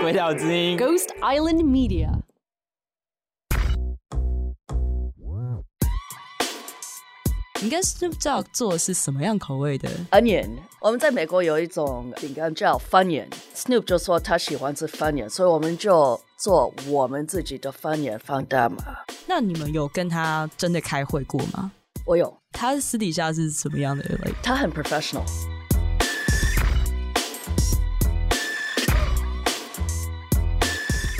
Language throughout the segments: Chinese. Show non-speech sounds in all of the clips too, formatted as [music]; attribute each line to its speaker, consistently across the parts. Speaker 1: 鬼岛之音。
Speaker 2: Ghost Island Media.
Speaker 3: 你跟 Snoop Dogg 做的是什么样口味的？
Speaker 4: Onion，我们在美国有一种饼干叫 Funyun。Snoop 就说他喜欢吃 Funyun，所以我们就做我们自己的 Funyun 放大嘛。
Speaker 3: 那你们有跟他真的开会过吗？
Speaker 4: 我有，
Speaker 3: 他私底下是什么样的？Like
Speaker 4: 他很 professional。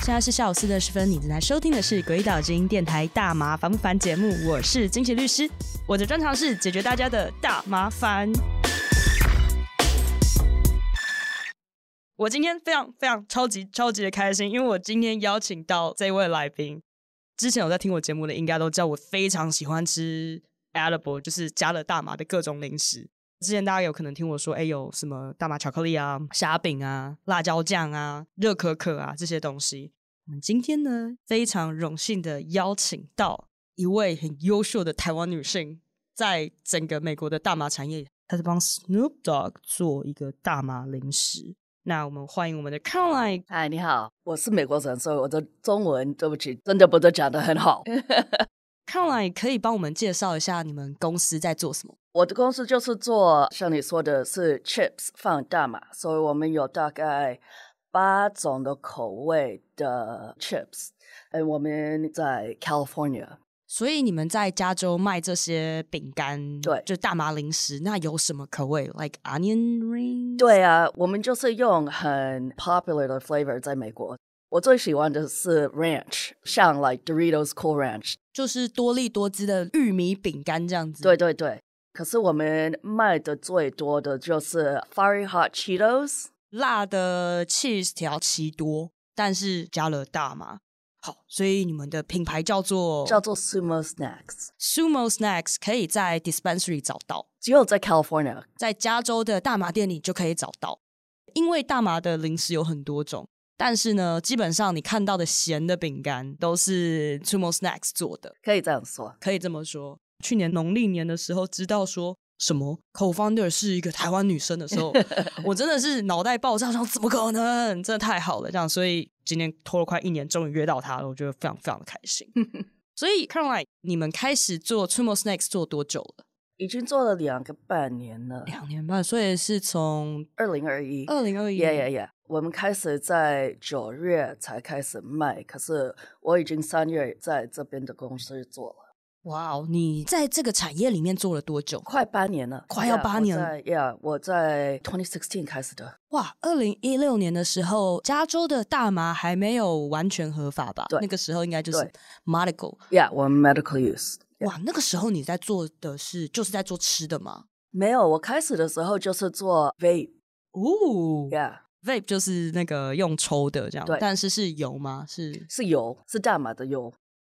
Speaker 3: 现在是下午四点十分，你正在收听的是《鬼岛之音》电台《大麻烦不烦》节目，我是金喜律师，我的专长是解决大家的大麻烦。我今天非常非常超级超级的开心，因为我今天邀请到这位来宾，之前有在听我节目的应该都知道，我非常喜欢吃 edible，就是加了大麻的各种零食。之前大家有可能听我说，哎，有什么大麻巧克力啊、虾饼啊、辣椒酱啊、热可可啊这些东西。我们今天呢，非常荣幸的邀请到一位很优秀的台湾女性，在整个美国的大麻产业，她是帮 Snoop Dogg 做一个大麻零食。那我们欢迎我们的 Caroline，
Speaker 4: 嗨，你好，我是美国人，所以我的中文对不起，真的不是讲得很好。
Speaker 3: Caroline 可以帮我们介绍一下你们公司在做什么？
Speaker 4: 我的公司就是做像你说的是 chips 放大嘛，所以我们有大概八种的口味的 chips。嗯，我们在 California，
Speaker 3: 所以你们在加州卖这些饼干，
Speaker 4: 对
Speaker 3: 就大麻零食，那有什么口味？Like onion ring？
Speaker 4: 对啊，我们就是用很 popular 的 flavor 在美国。我最喜欢的是 ranch，像 like Doritos Cool Ranch。
Speaker 3: 就是多利多汁的玉米饼干这样子。
Speaker 4: 对，对对，可是我们卖的最多的就是 Fiery Hot Cheetos。
Speaker 3: 辣的 cheese 条奇多，但是加了大麻。好，所以你们的品牌叫做
Speaker 4: 叫做 Sumo Snacks，
Speaker 3: Sumo Snacks，可以在 dispensary 找到。
Speaker 4: 只有在 California。
Speaker 3: 在加州的大麻店里就可以找到。因为大麻的零食有很多种，但是呢，基本上你看到的咸的饼干都是 Sumo Snacks 做的，
Speaker 4: 可以这样说，
Speaker 3: 可以这么说。去年农历年的时候，知道说什么 co-founder 是一个台湾女生的时候，我真的是脑袋爆炸，想怎么可能？真的太好了，这样。所以今天拖了快一年，终于约到她了，我觉得非常非常的开 [laughs] 心。所以 Caroline，你们开始做 Sumo Snacks 做多久了？
Speaker 4: 已经做了两个半年了，
Speaker 3: 两年半，所以是从
Speaker 4: 二零二一。
Speaker 3: 哎二零二一
Speaker 4: Yeah, yeah, yeah。我们开始在九月才开始卖，可是我已经三月在这边的公司做了，
Speaker 3: 哇哦！你在这个产业里面做了多久？
Speaker 4: 快八年了，
Speaker 3: 快要
Speaker 4: Yeah，
Speaker 3: 八
Speaker 4: 我
Speaker 3: 年了
Speaker 4: 在 Yeah，我在 twenty sixteen 开始的，
Speaker 3: 哇！二零一六年的时候，加州的大麻还没有完全合法吧？
Speaker 4: 对
Speaker 3: 那个时候应该就是
Speaker 4: 对
Speaker 3: medical。
Speaker 4: Yeah，我们 medical use。
Speaker 3: 哇，那个时候你在做的是就是在做吃的吗？
Speaker 4: 没有，我开始的时候就是做 vape，yeah，
Speaker 3: 哦、v a p e 就是那个用抽的这样
Speaker 4: 对，
Speaker 3: 但是是油吗？是
Speaker 4: 是油，是大麻的油。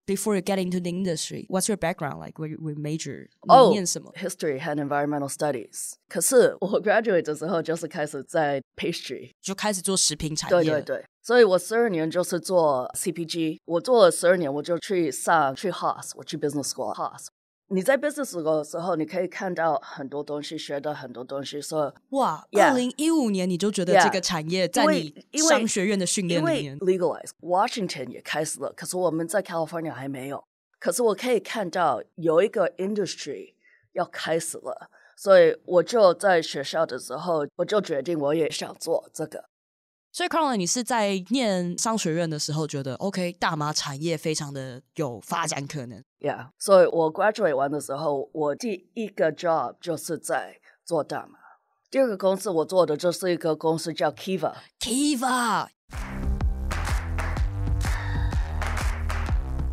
Speaker 3: before you get into the industry，what's your background like？What you- what major？
Speaker 4: 哦
Speaker 3: 你念什么？
Speaker 4: History and environmental studies。可是我 [laughs] graduate 的时候就是开始在 pastry，
Speaker 3: 就开始做食品产业
Speaker 4: 对对
Speaker 3: 了
Speaker 4: 对，所以我十二年就是做 CPG，我做了十二年，我就去上去 Haas，我去 Business School Haas。你在 Business School 的时候，你可以看到很多东西，学到很多东西，所以
Speaker 3: 哇，
Speaker 4: Yeah
Speaker 3: 二零一五年你就觉得
Speaker 4: Yeah
Speaker 3: 这个产业在
Speaker 4: 因为
Speaker 3: 你
Speaker 4: 因为
Speaker 3: 商学院的训练
Speaker 4: 因
Speaker 3: 里
Speaker 4: 为
Speaker 3: 面，
Speaker 4: legalize Washington 也开始了，可是我们在 California 还没有。可是我可以看到有一个 industry 要开始了，所以我就在学校的时候，我就决定我也想做这个。
Speaker 3: 所以 c a r o l i n 你是在念商学院的时候觉得 OK 大麻产业非常的有发展可能，
Speaker 4: Yeah，所以我 graduate 完的时候，我第一个 job 就是在做大麻。第二个公司我做的就是一个公司叫 Kiva，
Speaker 3: Kiva。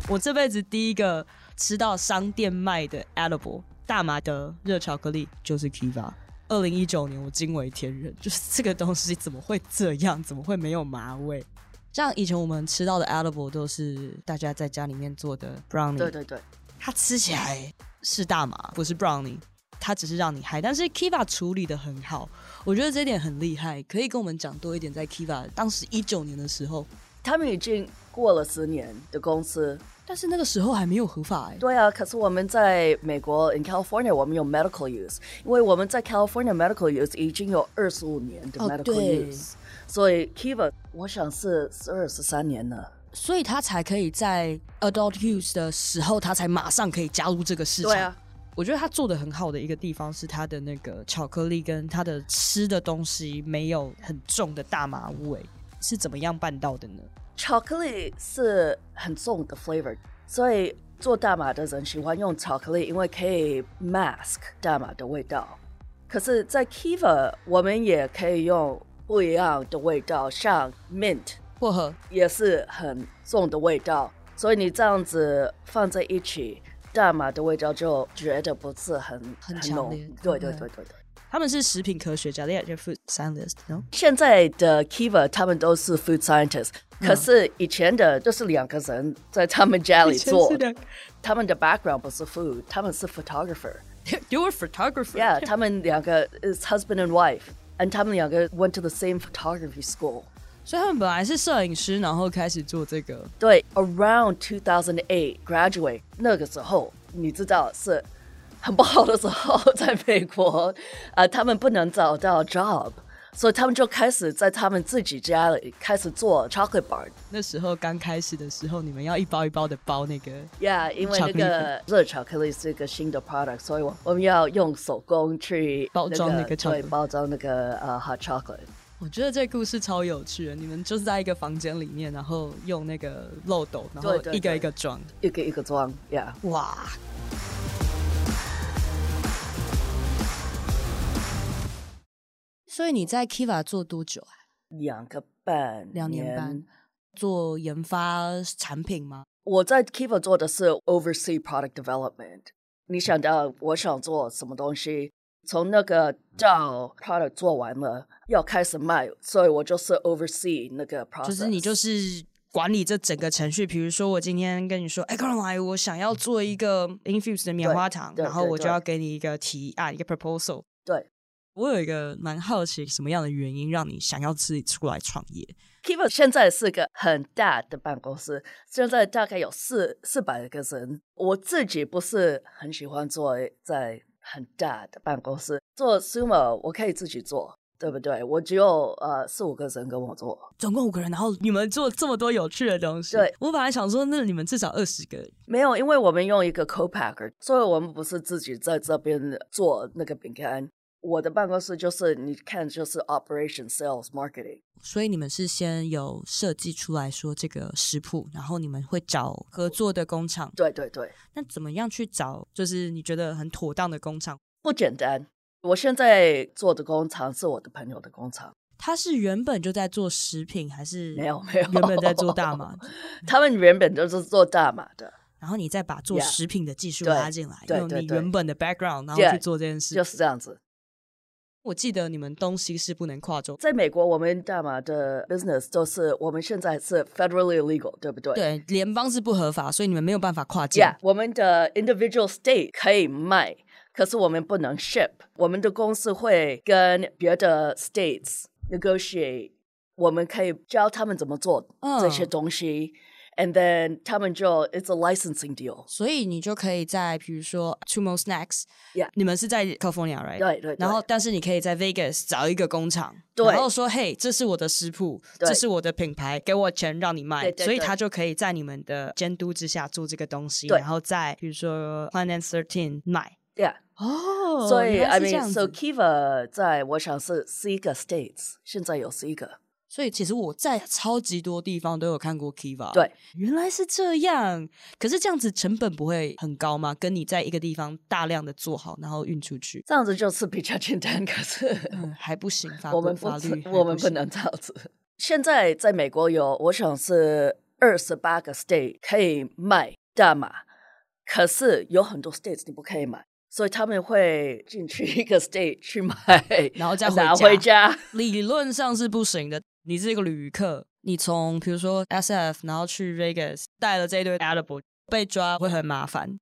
Speaker 3: 我这辈子第一个吃到商店卖的 edible 大麻的热巧克力就是 Kiva。二零一九年我惊为天人，就是这个东西怎么会这样？怎么会没有麻味？像以前我们吃到的 edible 都是大家在家里面做的
Speaker 2: 嗯
Speaker 3: brownie，
Speaker 4: 对对对，
Speaker 3: 它吃起来是大麻，不是 brownie，它只是让你嗨。但是 Kiva 处理的很好，我觉得这一点很厉害。可以跟我们讲多一点，在 Kiva 当时一九年的时候，
Speaker 4: 他们已经过了十年的公司，
Speaker 2: 但是那个时候还没有合法哎、
Speaker 4: 对啊，可是我们在美国 in California 我们有 medical use，因为我们在 California medical use 已经有二十五年的
Speaker 2: 哦
Speaker 4: medical
Speaker 2: 对
Speaker 4: use，、所以 Kiva 我想是十二十三年了。
Speaker 2: 所以他才可以在 adult use 的时候，他才马上可以加入这个市场。
Speaker 4: 对啊，
Speaker 3: 我觉得他做的很好的一个地方是他的那个巧克力跟他的吃的东西没有很重的大麻味，是怎么样办到的呢？
Speaker 4: 巧克力是很重的 flavor，所以做大麻的人喜欢用巧克力，因为可以 mask 大麻的味道。可是，在 Kiva 我们也可以用不一样的味道，像 mint
Speaker 2: 薄荷
Speaker 4: 也是很重的味道，所以你这样子放在一起，大麻的味道就觉得不是很
Speaker 2: 很强
Speaker 4: 浓
Speaker 2: 烈。
Speaker 4: 对对
Speaker 2: 对
Speaker 4: 对对对。
Speaker 3: 他们是食品科学家，they are food scientists，no？
Speaker 4: 现在的 Kiva 他们都是 food scientist，可是以前的就是两个人在他们家里做
Speaker 3: 以前是两，
Speaker 4: 他们的 background 不是 food，他们是 photographer。
Speaker 3: [laughs] You were photographer.
Speaker 4: Yeah，他们两个 is husband and wife，and 他们两个 went to the same photography school。
Speaker 3: 所以他们本来是摄影师，然后开始做这个。
Speaker 4: 对，around 2008 graduate 那个时候，你知道是很不好的时候，在美国， [laughs] 呃，他们不能找到 job，所以他们就开始在他们自己家里开始做 chocolate bar。
Speaker 3: 那时候刚开始的时候，你们要一包一包的包那个
Speaker 4: Yeah，因为
Speaker 3: 巧
Speaker 4: 那
Speaker 3: 克力
Speaker 4: 个热巧克力是一个新的 product，所以我我们要用手工去
Speaker 3: 包装
Speaker 4: 那
Speaker 3: 那个巧克力
Speaker 4: 对，包装那个呃 hot chocolate。
Speaker 3: 我觉得这故事超有趣的，你们就是在一个房间里面，然后用那个漏斗，然后
Speaker 4: 对对
Speaker 3: 一个
Speaker 4: 对
Speaker 3: 一个装。
Speaker 4: 一个一个装，Yeah。
Speaker 3: 哇！
Speaker 2: 所以你在 Kiva 做多久啊？
Speaker 4: 两个半
Speaker 2: 两年半。做研发产品吗？
Speaker 4: 我在 Kiva 做的是 oversee product development。你想到我想做什么东西，从那个到 product 做完了要开始卖，所以我就是 oversee 那个 process。
Speaker 3: 就是你就是管理这整个程序。比如说，我今天跟你说，哎，克隆来，我想要做一个 infuse 的棉花糖，
Speaker 4: 嗯对对
Speaker 3: 然后我就
Speaker 4: 对
Speaker 3: 要给你一个提案，一个 proposal。
Speaker 4: 对
Speaker 3: 我有一个蛮好奇，什么样的原因让你想要自己出来创业？
Speaker 4: Kiva 现在是个很大的办公室，现在大概有四四百个人。我自己不是很喜欢做在很大的办公室，做 sumo 我可以自己做，对不对？我只有呃四五个人跟我做，
Speaker 3: 总共五个人，然后你们做这么多有趣的东西。
Speaker 4: 对
Speaker 3: 我本来想说，那你们至少二十个人。
Speaker 4: 没有，因为我们用一个 co-packer，所以我们不是自己在这边做那个饼干。我的办公室就是你看，就是 operation sales marketing。
Speaker 2: 所以你们是先有设计出来说这个食谱，然后你们会找合作的工厂。
Speaker 4: 对对对，
Speaker 2: 那怎么样去找？就是你觉得很妥当的工厂，
Speaker 4: 不简单。我现在做的工厂是我的朋友的工厂。
Speaker 2: 它是原本就在做食品，还是
Speaker 4: 没有没有
Speaker 2: 原本在做大
Speaker 4: [laughs]
Speaker 2: 麻？
Speaker 4: 他们原本就是做大码的，
Speaker 2: 然后你再把做
Speaker 4: Yeah
Speaker 2: 食品的技术
Speaker 4: 对
Speaker 2: 拉进来，
Speaker 4: 对
Speaker 3: 用
Speaker 4: 对
Speaker 3: 你
Speaker 4: 对
Speaker 3: 原本的 background，然后
Speaker 4: Yeah，
Speaker 3: 去做这件事。
Speaker 4: 就是这样子。
Speaker 3: 我记得你们东西是不能跨州，
Speaker 4: 在美国，我们大码的 business 都是我们现在是 federally illegal，对不对？
Speaker 2: 对，联邦是不合法，所以你们没有办法跨境。
Speaker 4: ，Yeah，我们的 individual state 可以卖，可是我们不能 ship。我们的公司会跟别的 states negotiate，我们可以教他们怎么做
Speaker 2: 嗯
Speaker 4: 这些东西、a n d then 他们就 it's a licensing deal。
Speaker 2: 所以你就可以在比如说 Tumo Snacks，、
Speaker 4: Yeah
Speaker 3: 你们是在 California，right？
Speaker 4: 对对对
Speaker 3: 然后，但是你可以在 Vegas 找一个工厂，
Speaker 4: 对
Speaker 3: 然后说：“嘿，这是我的食谱，
Speaker 4: 对
Speaker 3: 这是我的品牌，给我钱让你卖。
Speaker 4: 对对
Speaker 3: 所以
Speaker 4: 对
Speaker 3: 他就可以在你们的监督之下做这个东西，
Speaker 4: 对
Speaker 3: 然后在比如说 Planet Thirteen 卖。
Speaker 4: Yeah，
Speaker 2: 哦
Speaker 4: 所以
Speaker 2: 原来
Speaker 4: I
Speaker 2: 是这
Speaker 4: mean
Speaker 2: 样
Speaker 4: so
Speaker 2: 子
Speaker 4: Kiva 在我想是十一个 states，现在有十一个。
Speaker 2: 所以其实我在超级多地方都有看过 Kiva。
Speaker 4: 对，
Speaker 2: 原来是这样。可是这样子成本不会很高吗？跟你在一个地方大量的做好，然后运出去，
Speaker 4: 这样子就是比较简单，可是
Speaker 2: 嗯，还不行。法
Speaker 4: 我
Speaker 2: 国
Speaker 4: 们不
Speaker 2: 法律还
Speaker 4: 我们不
Speaker 2: 行
Speaker 4: 能这样子。现在在美国有，我想是二十八个 state 可以卖大麻，可是有很多 states 你不可以买，所以他们会进去一个 state 去买，
Speaker 2: 然后再回家
Speaker 4: 拿回家。
Speaker 3: 理论上是不行的。你是一个旅客，你从比如说 SF，然后去 Vegas 带了这一堆 edible，被抓会很麻烦。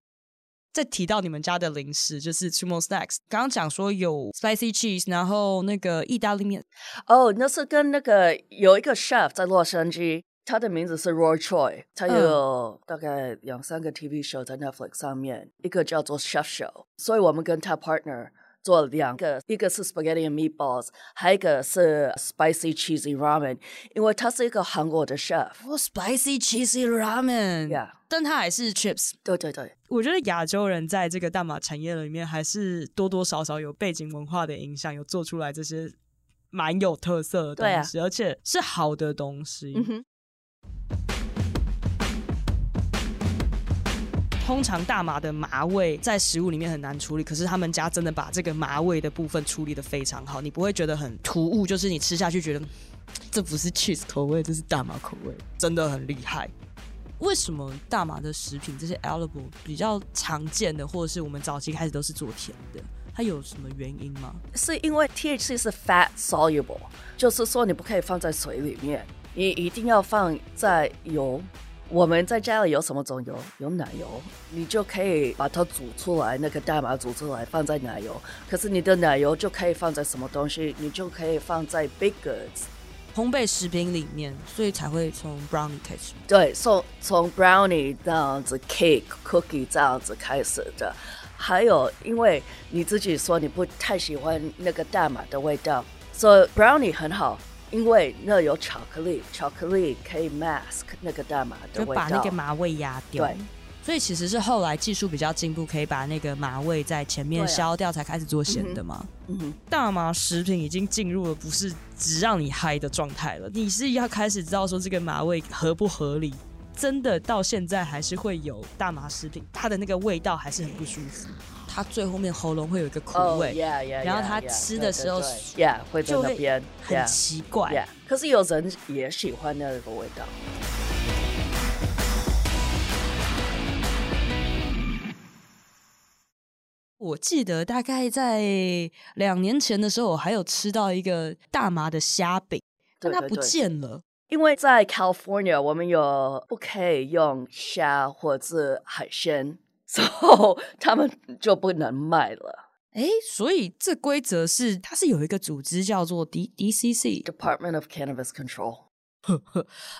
Speaker 3: 再提到你们家的零食，就是 Chumo Snacks，刚刚讲说有 spicy cheese，然后那个意大利面，
Speaker 4: 哦，那是跟那个有一个 chef 在洛杉矶，他的名字是 Roy Choi，他有大概两三个 TV show 在 Netflix 上面，一个叫做 Chef Show，所以我们跟他 partner 做两个，一个是 Spaghetti and Meatballs，还有一个是 Spicy Cheesy Ramen，因为他是一个韩国的 chef，
Speaker 2: 哦、s p i c y cheesy ramen，、
Speaker 4: Yeah
Speaker 2: 但它还是 chips。
Speaker 4: 对对对，
Speaker 3: 我觉得亚洲人在这个大麻产业里面，还是多多少少有背景文化的影响，有做出来这些蛮有特色的
Speaker 4: 对啊
Speaker 3: 东西，而且是好的东西。
Speaker 4: 嗯哼，
Speaker 3: 通常大麻的麻味在食物里面很难处理，可是他们家真的把这个麻味的部分处理的非常好，你不会觉得很突兀，就是你吃下去觉得嗯 [laughs] 这不是 cheese 口味，这是大麻口味，真的很厉害。为什么大麻的食品这些 edible 比较常见的，或者是我们早期开始都是做甜的，它有什么原因吗？
Speaker 4: 是因为 THC 是 fat soluble，就是说你不可以放在水里面，你一定要放在油。我们在家里有什么种油？有奶油，你就可以把它煮出来，那个大麻煮出来放在奶油。可是你的奶油就可以放在什么东西？你就可以放在 big goods，
Speaker 2: 烘焙食品里面，所以才会从 brownie 开始。
Speaker 4: 对，从从 brownie 这样子，cake、cookie 这样子开始的。还有，因为你自己说你不太喜欢那个大麻的味道，所以 brownie 很好，因为那有巧克力，巧克力可以 mask 那个大麻的
Speaker 2: 就
Speaker 4: 味道。
Speaker 2: 把那个麻味压掉。
Speaker 4: 对，
Speaker 2: 所以其实是后来技术比较进步，可以把那个麻味在前面
Speaker 4: 对啊
Speaker 2: 消掉，才开始做咸的嘛。
Speaker 4: 嗯哼，
Speaker 3: 大麻食品已经进入了不是只让你嗨的状态了，你是要开始知道说这个麻味合不合理。真的到现在还是会有大麻食品，它的那个味道还是很不舒服。
Speaker 2: 它最后面喉咙会有一个苦
Speaker 4: 哦、
Speaker 2: 味
Speaker 4: y e a h yeah，
Speaker 2: 然后
Speaker 4: yeah，
Speaker 2: 他
Speaker 4: yeah，
Speaker 2: 吃
Speaker 4: 对
Speaker 2: 的
Speaker 4: 对
Speaker 2: 时候
Speaker 4: 对，yeah，会在
Speaker 2: 就
Speaker 4: 那
Speaker 2: 会
Speaker 4: 边
Speaker 2: 很
Speaker 4: ，yeah，yeah。
Speaker 2: 奇怪。
Speaker 4: 可是有人也喜欢那个味道。
Speaker 2: 我记得大概在两年前的时候，我还有吃到一个大麻的虾饼，
Speaker 4: 对
Speaker 2: 但它
Speaker 4: 对
Speaker 2: 不
Speaker 4: 对。
Speaker 2: 见了。
Speaker 4: 因为在 California，我们有不可以用虾或者海鲜，所以 [laughs] 他们就不能卖了。
Speaker 2: 哎，所以这规则是它是有一个组织叫做 D D C C
Speaker 4: Department of Cannabis Control，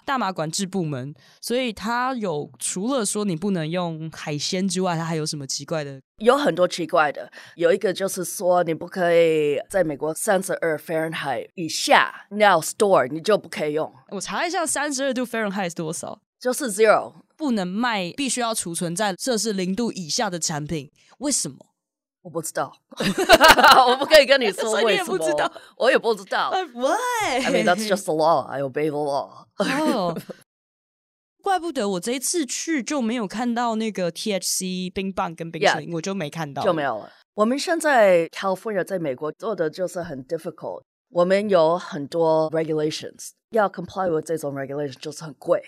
Speaker 3: 大麻管制部门，所以它有除了说你不能用海鲜之外，它还有什么奇怪的？
Speaker 4: 有很多奇怪的，有一个就是说你不可以在美国三十二 Fahrenheit 以下 now store 你就不可以用，
Speaker 3: 我查一下，三十二度 Fahrenheit 是多少？
Speaker 4: 就是 zero。
Speaker 2: 不能卖，必须要储存在摄氏零度以下的产品，为什么？
Speaker 4: 我不知道， [laughs] 我不可以跟你
Speaker 2: [laughs]
Speaker 4: 说
Speaker 3: 所以你
Speaker 4: 为
Speaker 3: 也
Speaker 4: 什
Speaker 3: 不
Speaker 4: 么，
Speaker 3: 知道
Speaker 4: 我也不知道。 [laughs]
Speaker 2: ，why？
Speaker 4: I mean that's just the law. I obey the law.
Speaker 2: 哎哦， [laughs] 怪不得我这一次去就没有看到那个 THC 冰棒跟冰淇
Speaker 4: Yeah，
Speaker 2: 淋我就没看到，
Speaker 4: 就没有了。我们现在 California 在美国做的就是很 difficult，我们有很多 regulations 要 comply with 这种 regulation 就是很贵，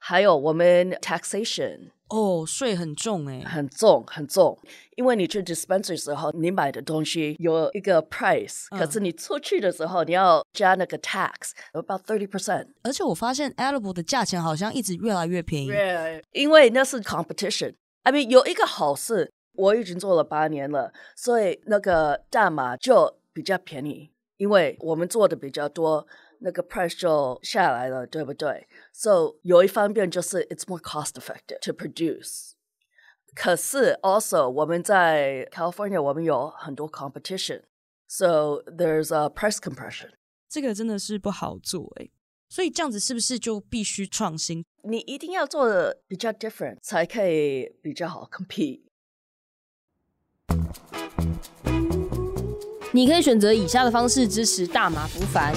Speaker 4: 还有我们 taxation
Speaker 2: 哦，税很重
Speaker 3: 欸
Speaker 2: 哎、
Speaker 4: 很重很重，因为你去 dispensary 的时候，你买的东西有一个 price，、可是你出去的时候你要加那个 tax，about thirty percent。
Speaker 2: 而且我发现 Edible 的价钱好像一直越来越便宜。
Speaker 4: 对，因为那是 competition。I mean，有一个好事，我已经做了八年了，所以那个大麻就比较便宜，因为我们做的比较多，那个 price 就下来了，对不对？So 有一方面就是 it's more cost effective to produce。可是 also 我们在 California 我们有很多 competition，so there's a price compression。
Speaker 3: 这个真的是不好做哎、
Speaker 2: 所以这样子是不是就必须创新？
Speaker 4: 你一定要做的比较 different 才可以比较好 compete。
Speaker 1: 你可以选择以下的方式支持大马福凡：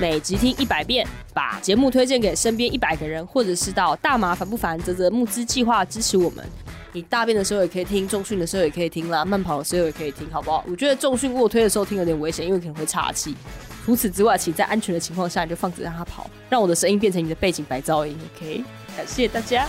Speaker 1: 每集听一百遍，把节目推荐给身边一百个人，或者是到大马烦不烦泽泽募资计划支持我们。你大便的时候也可以听，重训的时候也可以听啦，慢跑的时候也可以听，好不好？我觉得重训卧推的时候听有点危险，因为可能会岔气。除此之外，请在安全的情况下，你就放着让它跑，让我的声音变成你的背景白噪音，OK？感谢大家。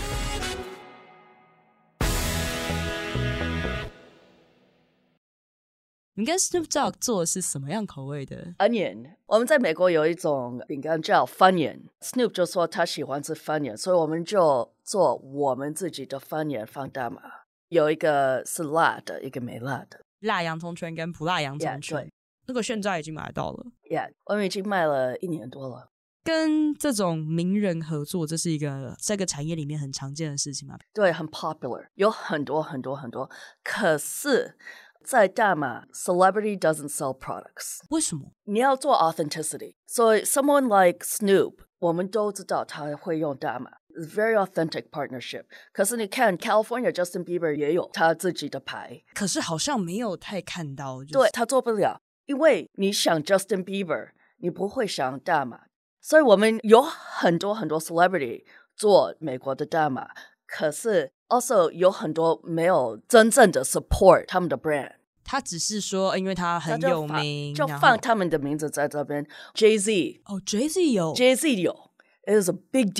Speaker 2: 你跟 Snoop Dogg 做的是什么样口味的？
Speaker 4: Onion，我们在美国有一种饼干叫 Funyun。Snoop 就说他喜欢吃 Funyun，所以我们就做我们自己的 Funyun 放大麻。有一个是辣的，一个没辣的。
Speaker 2: 辣洋葱圈跟不辣洋
Speaker 4: Yeah，
Speaker 2: 葱圈
Speaker 4: 对
Speaker 3: 那个现在已经买到了。
Speaker 4: Yeah，我们已经卖了一年多了。
Speaker 3: 跟这种名人合作，这是一个这个产业里面很常见的事情嘛？
Speaker 4: 对，很 popular，有很多很多很多。可是，在大马，celebrity doesn't sell products。
Speaker 3: 为什么？
Speaker 4: 你要做 authenticity，所以 someone like Snoop，我们都知道他会用大麻，very authentic partnership。可是你看 California Justin Bieber 也有他自己的牌，
Speaker 3: 可是好像没有太看到，就是、
Speaker 4: 对他做不了，因为你想 Justin Bieber，你不会想大麻。所以我们有很多很多 celebrity 做美国的大麻，可是 also 有很多没有真正的 support 他们的 brand。
Speaker 3: 他只是说，因为他
Speaker 4: 他
Speaker 3: 很
Speaker 4: 就
Speaker 3: 有
Speaker 4: 放
Speaker 3: 名，
Speaker 4: 就
Speaker 3: 然
Speaker 4: 放
Speaker 3: 后
Speaker 4: 他们的名字在这边。Jay Z，Jay
Speaker 3: 哦，Jay Z 有
Speaker 4: Z 有，it is a big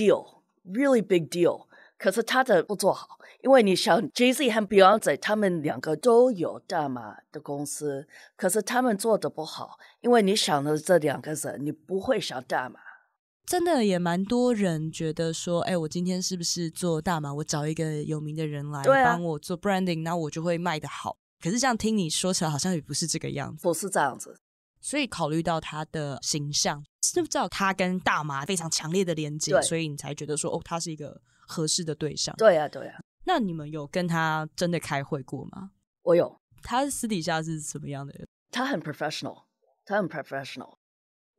Speaker 4: deal，really big deal。可是他的不做好，因为你想 Jay Z 和 Beyonce 他们两个都有大麻的公司，可是他们做的不好，因为你想的这两个人，你不会想大麻。
Speaker 3: 真的也蛮多人觉得说，哎、我今天是不是做大麻？我找一个有名的人来
Speaker 4: 对啊
Speaker 3: 帮我做 branding，那、我就会卖的好。可是这样听你说起来，好像也不是这个样子。
Speaker 4: 不是这样子，
Speaker 3: 所以考虑到他的形象，知不知道他跟大麻非常强烈的连接，
Speaker 4: 对
Speaker 3: 所以你才觉得说，哦，他是一个合适的对象。
Speaker 4: 对呀、啊对呀、
Speaker 3: 那你们有跟他真的开会过吗？
Speaker 4: 我有，
Speaker 3: 他私底下是什么样的人？
Speaker 4: 他很 professional，他很 professional。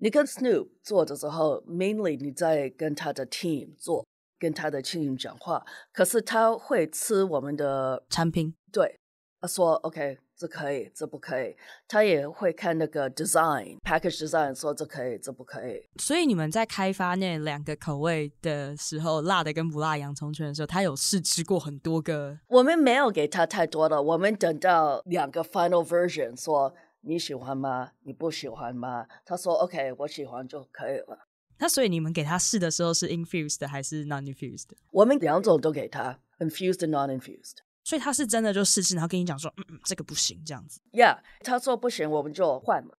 Speaker 4: 你跟 Snoop 做的时候，mainly 你在跟他的 team 做，跟他的 team 讲话，可是他会吃我们的
Speaker 3: 产品
Speaker 4: 对，他说 OK，这可以，这不可以，他也会看那个 design package design，说这可以，这不可以。
Speaker 3: 所以你们在开发那两个口味的时候，辣的跟不辣洋葱圈的时候，他有试吃过很多个
Speaker 4: 我们没有给他太多的，我们等到两个 final version 说你喜欢吗？你不喜欢吗？他说 OK，我喜欢就可以了。
Speaker 3: 那所以你们给他试的时候是 infused 的还是 non infused 的？
Speaker 4: 我们两种都给他，infused and non-infused。
Speaker 3: 所以他是真的就试吃，然后跟你讲说，嗯嗯，这个不行这样子。
Speaker 4: Yeah，他说不行，我们就换了。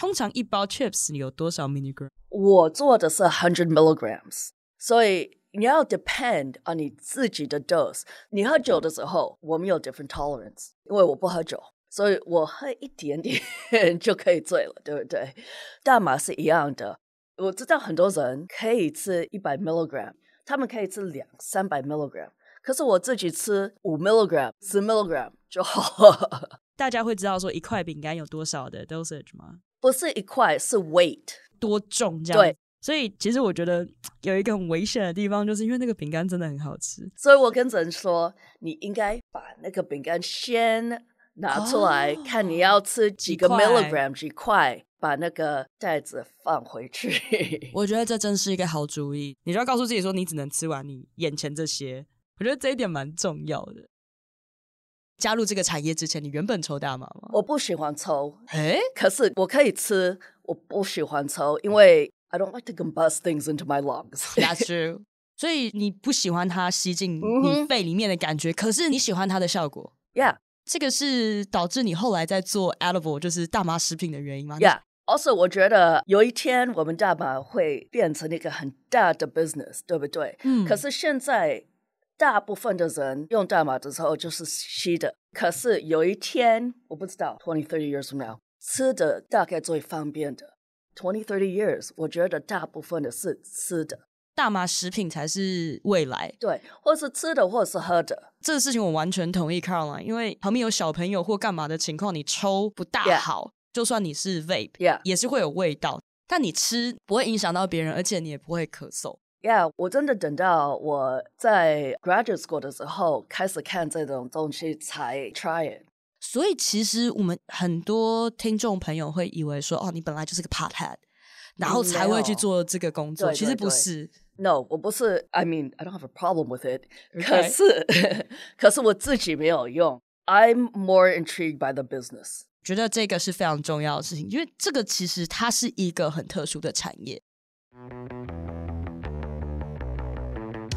Speaker 3: 通常一包 chips 你有多少 milligram？
Speaker 4: 我做的是 hundred milligrams，所以你要 depend on 你自己的 dose。你喝酒的时候，我们有 different tolerance，因为我不喝酒，所以我喝一点点就可以醉了，对不对？大麻是一样的，我知道很多人可以吃一百 milligram，他们可以吃两三百 milligram，可是我自己吃五 milligram、十 milligram 就好了。
Speaker 3: 大家会知道说一块饼干有多少的 dosage 吗？
Speaker 4: 不是一块，是 weight。
Speaker 3: 多重这样？
Speaker 4: 对。
Speaker 3: 所以其实我觉得有一个很危险的地方，就是因为那个饼干真的很好吃。
Speaker 4: 所以我跟人说，你应该把那个饼干先拿出来，
Speaker 3: 哦
Speaker 4: 看你要吃几个
Speaker 3: 几块
Speaker 4: milligram 几块，把那个袋子放回去。 [laughs]
Speaker 3: 我觉得这真是一个好主意。你就要告诉自己说，你只能吃完你眼前这些。我觉得这一点蛮重要的。加入这个产业之前，你原本抽大麻吗？
Speaker 4: 我不喜欢抽，
Speaker 3: 哎，
Speaker 4: 可是我可以吃，我不喜欢抽，因为 I don't like to combust things into my lungs。
Speaker 3: [laughs] That's true。所以你不喜欢它吸进
Speaker 4: 嗯
Speaker 3: 你
Speaker 4: 哼
Speaker 3: 肺里面的感觉，可是你喜欢它的效果。
Speaker 4: yeah,
Speaker 3: 这个是导致你后来在做 edible，就是大麻食品的原因吗
Speaker 4: yeah. Also，我觉得有一天我们大麻会变成一个很大的 business，对不对？
Speaker 3: 嗯
Speaker 4: 可是现在大部分的人用大麻的时候就是吸的，可是有一天我不知道，twenty thirty years from now，吃的大概最方便的。twenty thirty years，我觉得大部分的是吃的，
Speaker 3: 大麻食品才是未来。
Speaker 4: 对，或是吃的，或是喝的，
Speaker 3: 这个事情我完全同意 Caroline，因为旁边有小朋友或干嘛的情况，你抽不大
Speaker 4: Yeah
Speaker 3: 好就算你是 vape，
Speaker 4: yeah。
Speaker 3: 也是会有味道。但你吃不会影响到别人，而且你也不会咳嗽。
Speaker 4: Yeah，我真的等到我在 graduate school 的时候开始看这种东西才 try it。
Speaker 3: 所以其实我们很多听众朋友会以为说，哦，你本来就是个 pothead，然后才会去做这个工
Speaker 4: 嗯
Speaker 3: 作。
Speaker 4: 没有对
Speaker 3: 其实不
Speaker 4: 对对
Speaker 3: 是，
Speaker 4: No，我不是，I mean I don't have a problem with it [laughs] 可
Speaker 3: Okay
Speaker 4: 是可是我自己没有用。I'm more intrigued by the business。
Speaker 3: 觉得这个是非常重要的事情，因为这个其实它是一个很特殊的产业。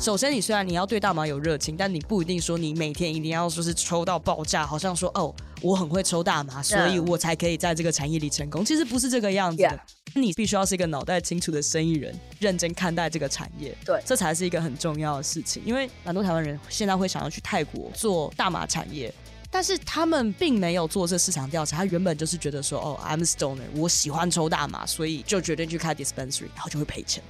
Speaker 3: 首先，你虽然你要对大麻有热情，但你不一定说你每天一定要说是抽到爆炸，好像说哦，我很会抽大麻，所以我才可以在这个产业里成功。其实不是这个样子的
Speaker 4: Yeah
Speaker 3: 你必须要是一个脑袋清楚的生意人，认真看待这个产业。
Speaker 4: 对
Speaker 3: 这才是一个很重要的事情。因为蛮多台湾人现在会想要去泰国做大麻产业，但是他们并没有做这市场调查，他原本就是觉得说，哦，I'm a stoner，我喜欢抽大麻，所以就决定去开 dispensary，然后就会赔钱。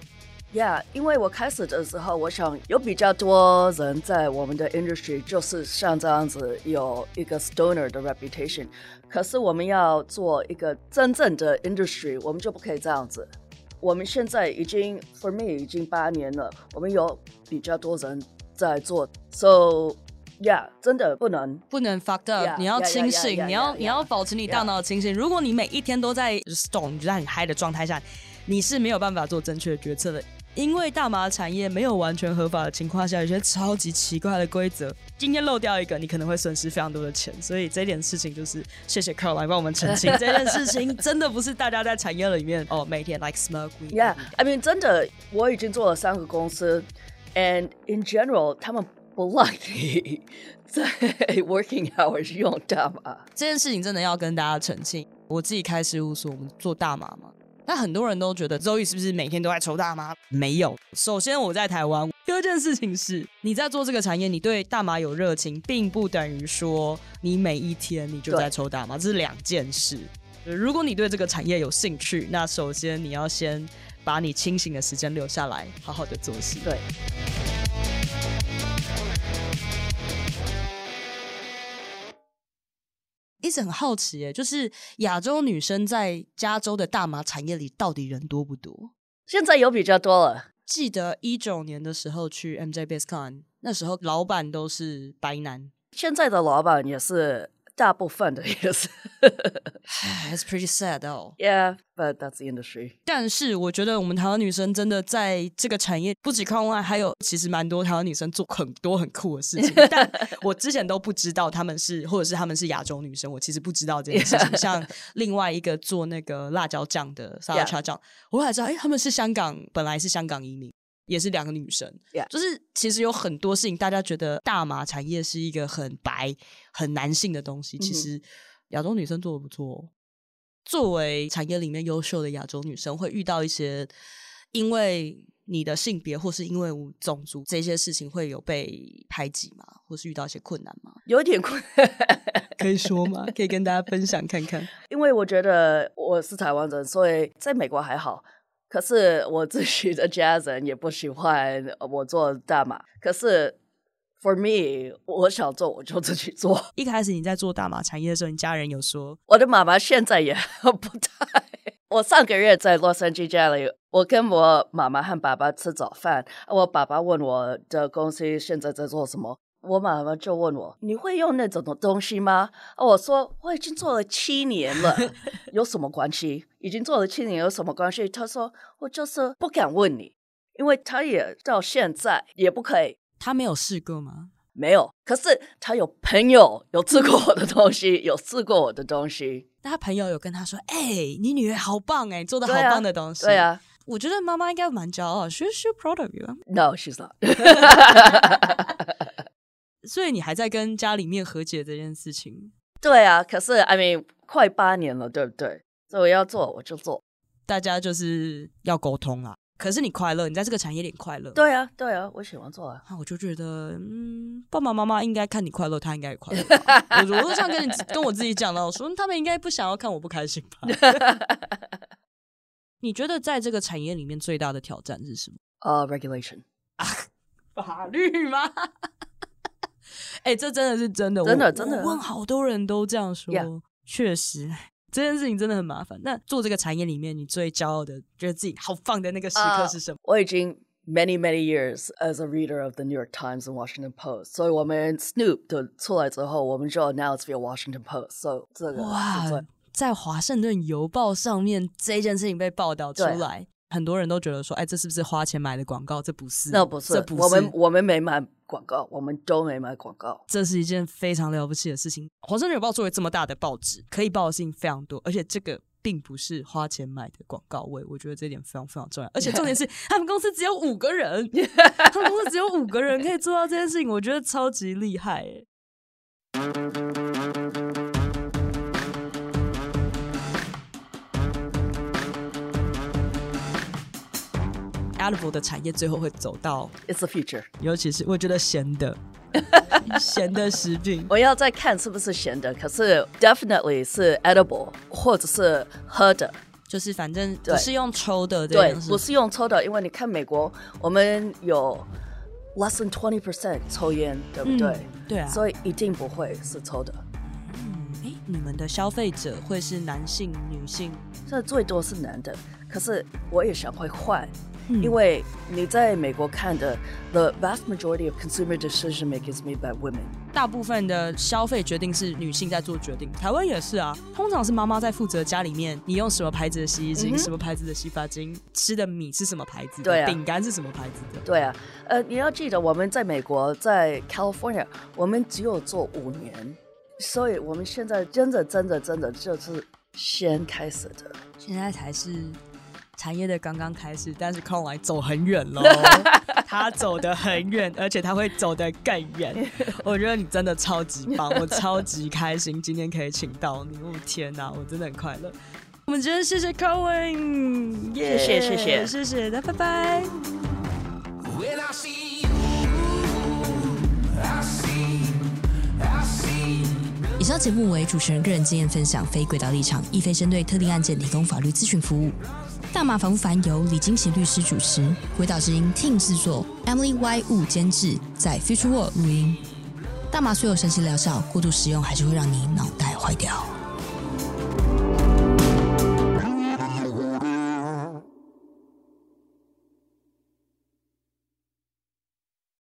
Speaker 4: Yeah，因为我开始的时候，我想有比较多人在我们的 industry 就是像这样子有一个 stoner 的 reputation，可是我们要做一个真正的 industry，我们就不可以这样子。我们现在已经 for me 已经八年了，我们有比较多人在做，so yeah，真的不能
Speaker 3: 不能 fucked up，、
Speaker 4: Yeah,
Speaker 3: 你要
Speaker 4: yeah,
Speaker 3: 清
Speaker 4: yeah,
Speaker 3: 醒
Speaker 4: yeah,
Speaker 3: 你要
Speaker 4: yeah,
Speaker 3: 你要保持你大脑清醒。如果你每一天都在 stone 你就在很嗨的状态下，你是没有办法做正确的决策的。因为大麻产业没有完全合法的情况下，有些超级奇怪的规则，今天漏掉一个，你可能会损失非常多的钱。所以这件事情就是谢谢 Carl 来帮我们澄
Speaker 4: [laughs]
Speaker 3: 清，这件事情真的不是大家在产业里面哦，每天 like smoke weed。
Speaker 4: Yeah, I mean，真的，我已经做了三个公司，and in general，他们不 like 你 [laughs] 在 working hours 用大麻。
Speaker 3: 这件事情真的要跟大家澄清。我自己开事务所，我们做大麻嘛，那很多人都觉得 Zoe 是不是每天都在抽大麻？没有。首先我在台湾，第二件事情是你在做这个产业，你对大麻有热情，并不等于说你每一天你就在抽大麻，这是两件事。如果你对这个产业有兴趣，那首先你要先把你清醒的时间留下来，好好的做事。
Speaker 4: 对，
Speaker 3: 一直很好奇耶，就是亚洲女生在加州的大麻产业里到底人多不多？
Speaker 4: 现在有比较多了。
Speaker 3: 记得一九年的时候去 MJ BaseCon，那时候老板都是白男
Speaker 4: 现在的老板也是大部分的也是
Speaker 3: [sighs]
Speaker 4: [laughs]
Speaker 3: ，That's pretty sad 哦。
Speaker 4: ，Yeah，but that's the industry。
Speaker 3: 但是我觉得我们台湾女生真的在这个产业不止框外，还有其实蛮多台湾女生做很多很酷的事情， [laughs] 但我之前都不知道她们是，或者是她们是亚洲女生，我其实不知道这件事 [laughs] 情。像另外一个做那个辣椒酱的沙拉
Speaker 4: Yeah
Speaker 3: 椒酱我后来知道，哎、她们是香港，本来是香港移民。也是两个女生
Speaker 4: Yeah
Speaker 3: 就是其实有很多事情，大家觉得大麻产业是一个很白、很男性的东西，其
Speaker 4: 嗯哼
Speaker 3: 实亚洲女生做的不错、哦。作为产业里面优秀的亚洲女生，会遇到一些因为你的性别或是因为种族这些事情会有被排挤吗？或是遇到一些困难吗？
Speaker 4: 有点困，
Speaker 3: [laughs]
Speaker 4: [laughs]
Speaker 3: 可以说吗？可以跟大家分享看看。
Speaker 4: 因为我觉得我是台湾人，所以在美国还好。可是我自己的家人也不喜欢我做大麻。可是 for me，我想做我就自己做。
Speaker 3: [laughs] 一开始你在做大麻产业的时候，你家人有说
Speaker 4: 我的妈妈现在也 [laughs] 不太。我上个月在洛杉矶家里，我跟我妈妈和爸爸吃早饭。我爸爸问我的公司现在在做什么，我妈妈就问我：“你会用那种东西吗？”啊我说：“我已经做了七年了，有什么关系？已经做了七年有什么关系？”他说：“我就是不敢问你，因为他也到现在也不可以。”
Speaker 3: 他没有试过吗？
Speaker 4: 没有，可是他有朋友有吃过我的东西，有试过我的东西。
Speaker 3: 但他朋友有跟他说：“哎、你女儿好棒哎、做的好
Speaker 4: 对啊
Speaker 3: 棒的东西。
Speaker 4: 对啊，
Speaker 3: 我觉得妈妈应该蛮骄傲，she she proud of you 啊。
Speaker 4: No, she's [laughs] not.
Speaker 3: 所以你还在跟家里面和解这件事情，
Speaker 4: 对啊，可是 I mean，快八年了，对不对？所以我要做我就做。
Speaker 3: 大家就是要沟通啦。可是你快乐，你在这个产业里快乐，
Speaker 4: 对啊，对啊，我喜欢做啊。
Speaker 3: 啊，我就觉得，嗯，爸爸妈妈应该看你快乐，他应该
Speaker 4: [laughs]
Speaker 3: 也快乐吧。我我都这样跟你跟我自己讲了，我说嗯他们应该不想要看我不开心吧。
Speaker 4: [laughs]
Speaker 3: [laughs] 你觉得在这个产业里面最大的挑战是什么？
Speaker 4: 呃、r e g u l a t i o n
Speaker 3: 法律吗？ [laughs] 哎、这真的是真的，我
Speaker 4: 真的真的
Speaker 3: 我问好多人都这样说
Speaker 4: Yeah
Speaker 3: 确实。 [laughs] 这件事情真的很麻烦。那做这个产业里面，你最骄傲的，觉得自己好放的那个时刻
Speaker 4: 啊
Speaker 3: 是什么？
Speaker 4: 我已经 many many years as a reader of the New York Times and Washington Post，所以我们 Snoop 的出来之后，我们就 announce via Washington Post，所以这个是最
Speaker 3: 哇，在《华盛顿邮报》上面这件事情被报道出
Speaker 4: 对
Speaker 3: 来，很多人都觉得说，哎，这是不是花钱买的广告？这不是，
Speaker 4: 那不是
Speaker 3: 这不是，
Speaker 4: 我们我们没买广告，我们都没买广告。
Speaker 3: 这是一件非常了不起的事情。《华盛顿邮报》作为这么大的报纸，可以报的事情非常多，而且这个并不是花钱买的广告位，我觉得这点非常非常重要。而且重点是，他们公司只有五个人，他们公司只有五个人可以做到这件事情，我觉得超级厉害、欸。a l i b o 的产业最后会走到
Speaker 4: It's the future。
Speaker 3: 尤其是我觉得咸 [laughs] 的，咸的食品，
Speaker 4: 我要再看是不是咸的，可是 definitely 是 edible 或者是喝的。
Speaker 3: 就是反正
Speaker 4: 对
Speaker 3: 不是用抽的这
Speaker 4: 对
Speaker 3: 件，事
Speaker 4: 不是用抽的，因为你看美国，我们有 less than twenty percent 抽烟，对不对？
Speaker 3: 对啊，
Speaker 4: 所以一定不会是抽的，
Speaker 3: 哎，你们的消费者会是男性、女性？
Speaker 4: 这最多是男的。可是我也想会换，
Speaker 3: 嗯
Speaker 4: 因为你在美国看的，the vast majority of consumer decision making is made by women。
Speaker 3: 大部分的消费决定是女性在做决定，台湾也是啊，通常是妈妈在负责家里面你用什么牌子的洗衣精、什么牌子的洗发精、吃的米是什么牌子的、
Speaker 4: 嗯对啊
Speaker 3: 饼干是什么牌子的。
Speaker 4: 对啊，呃，你要记得我们在美国，在 California，我们只有做五年，所以我们现在真的真的真的就是先开始的。
Speaker 3: 现在才是产业的刚刚开始，但是康来走很远
Speaker 4: [laughs]
Speaker 3: 喽，他走得很远，而且他会走得更
Speaker 4: [laughs]
Speaker 3: 远。我觉得你真的超级棒，我超级开心，今天可以请到你，我天哪，我真的很快乐。我们今天谢谢 Cohen，耶
Speaker 4: 谢谢谢谢
Speaker 3: 谢谢，那拜拜。
Speaker 5: When I see you, I see, I see.
Speaker 1: 以上节目为主持人个人经验分享，非轨道立场，亦非针对特定案件提供法律咨询服务。大马防烦由李金喜律师主持，鬼岛之音 Team 制作，Emily Y Wu 监制，在 Future World 录音。大麻虽有神奇疗效，过度使用还是会让你脑袋坏掉。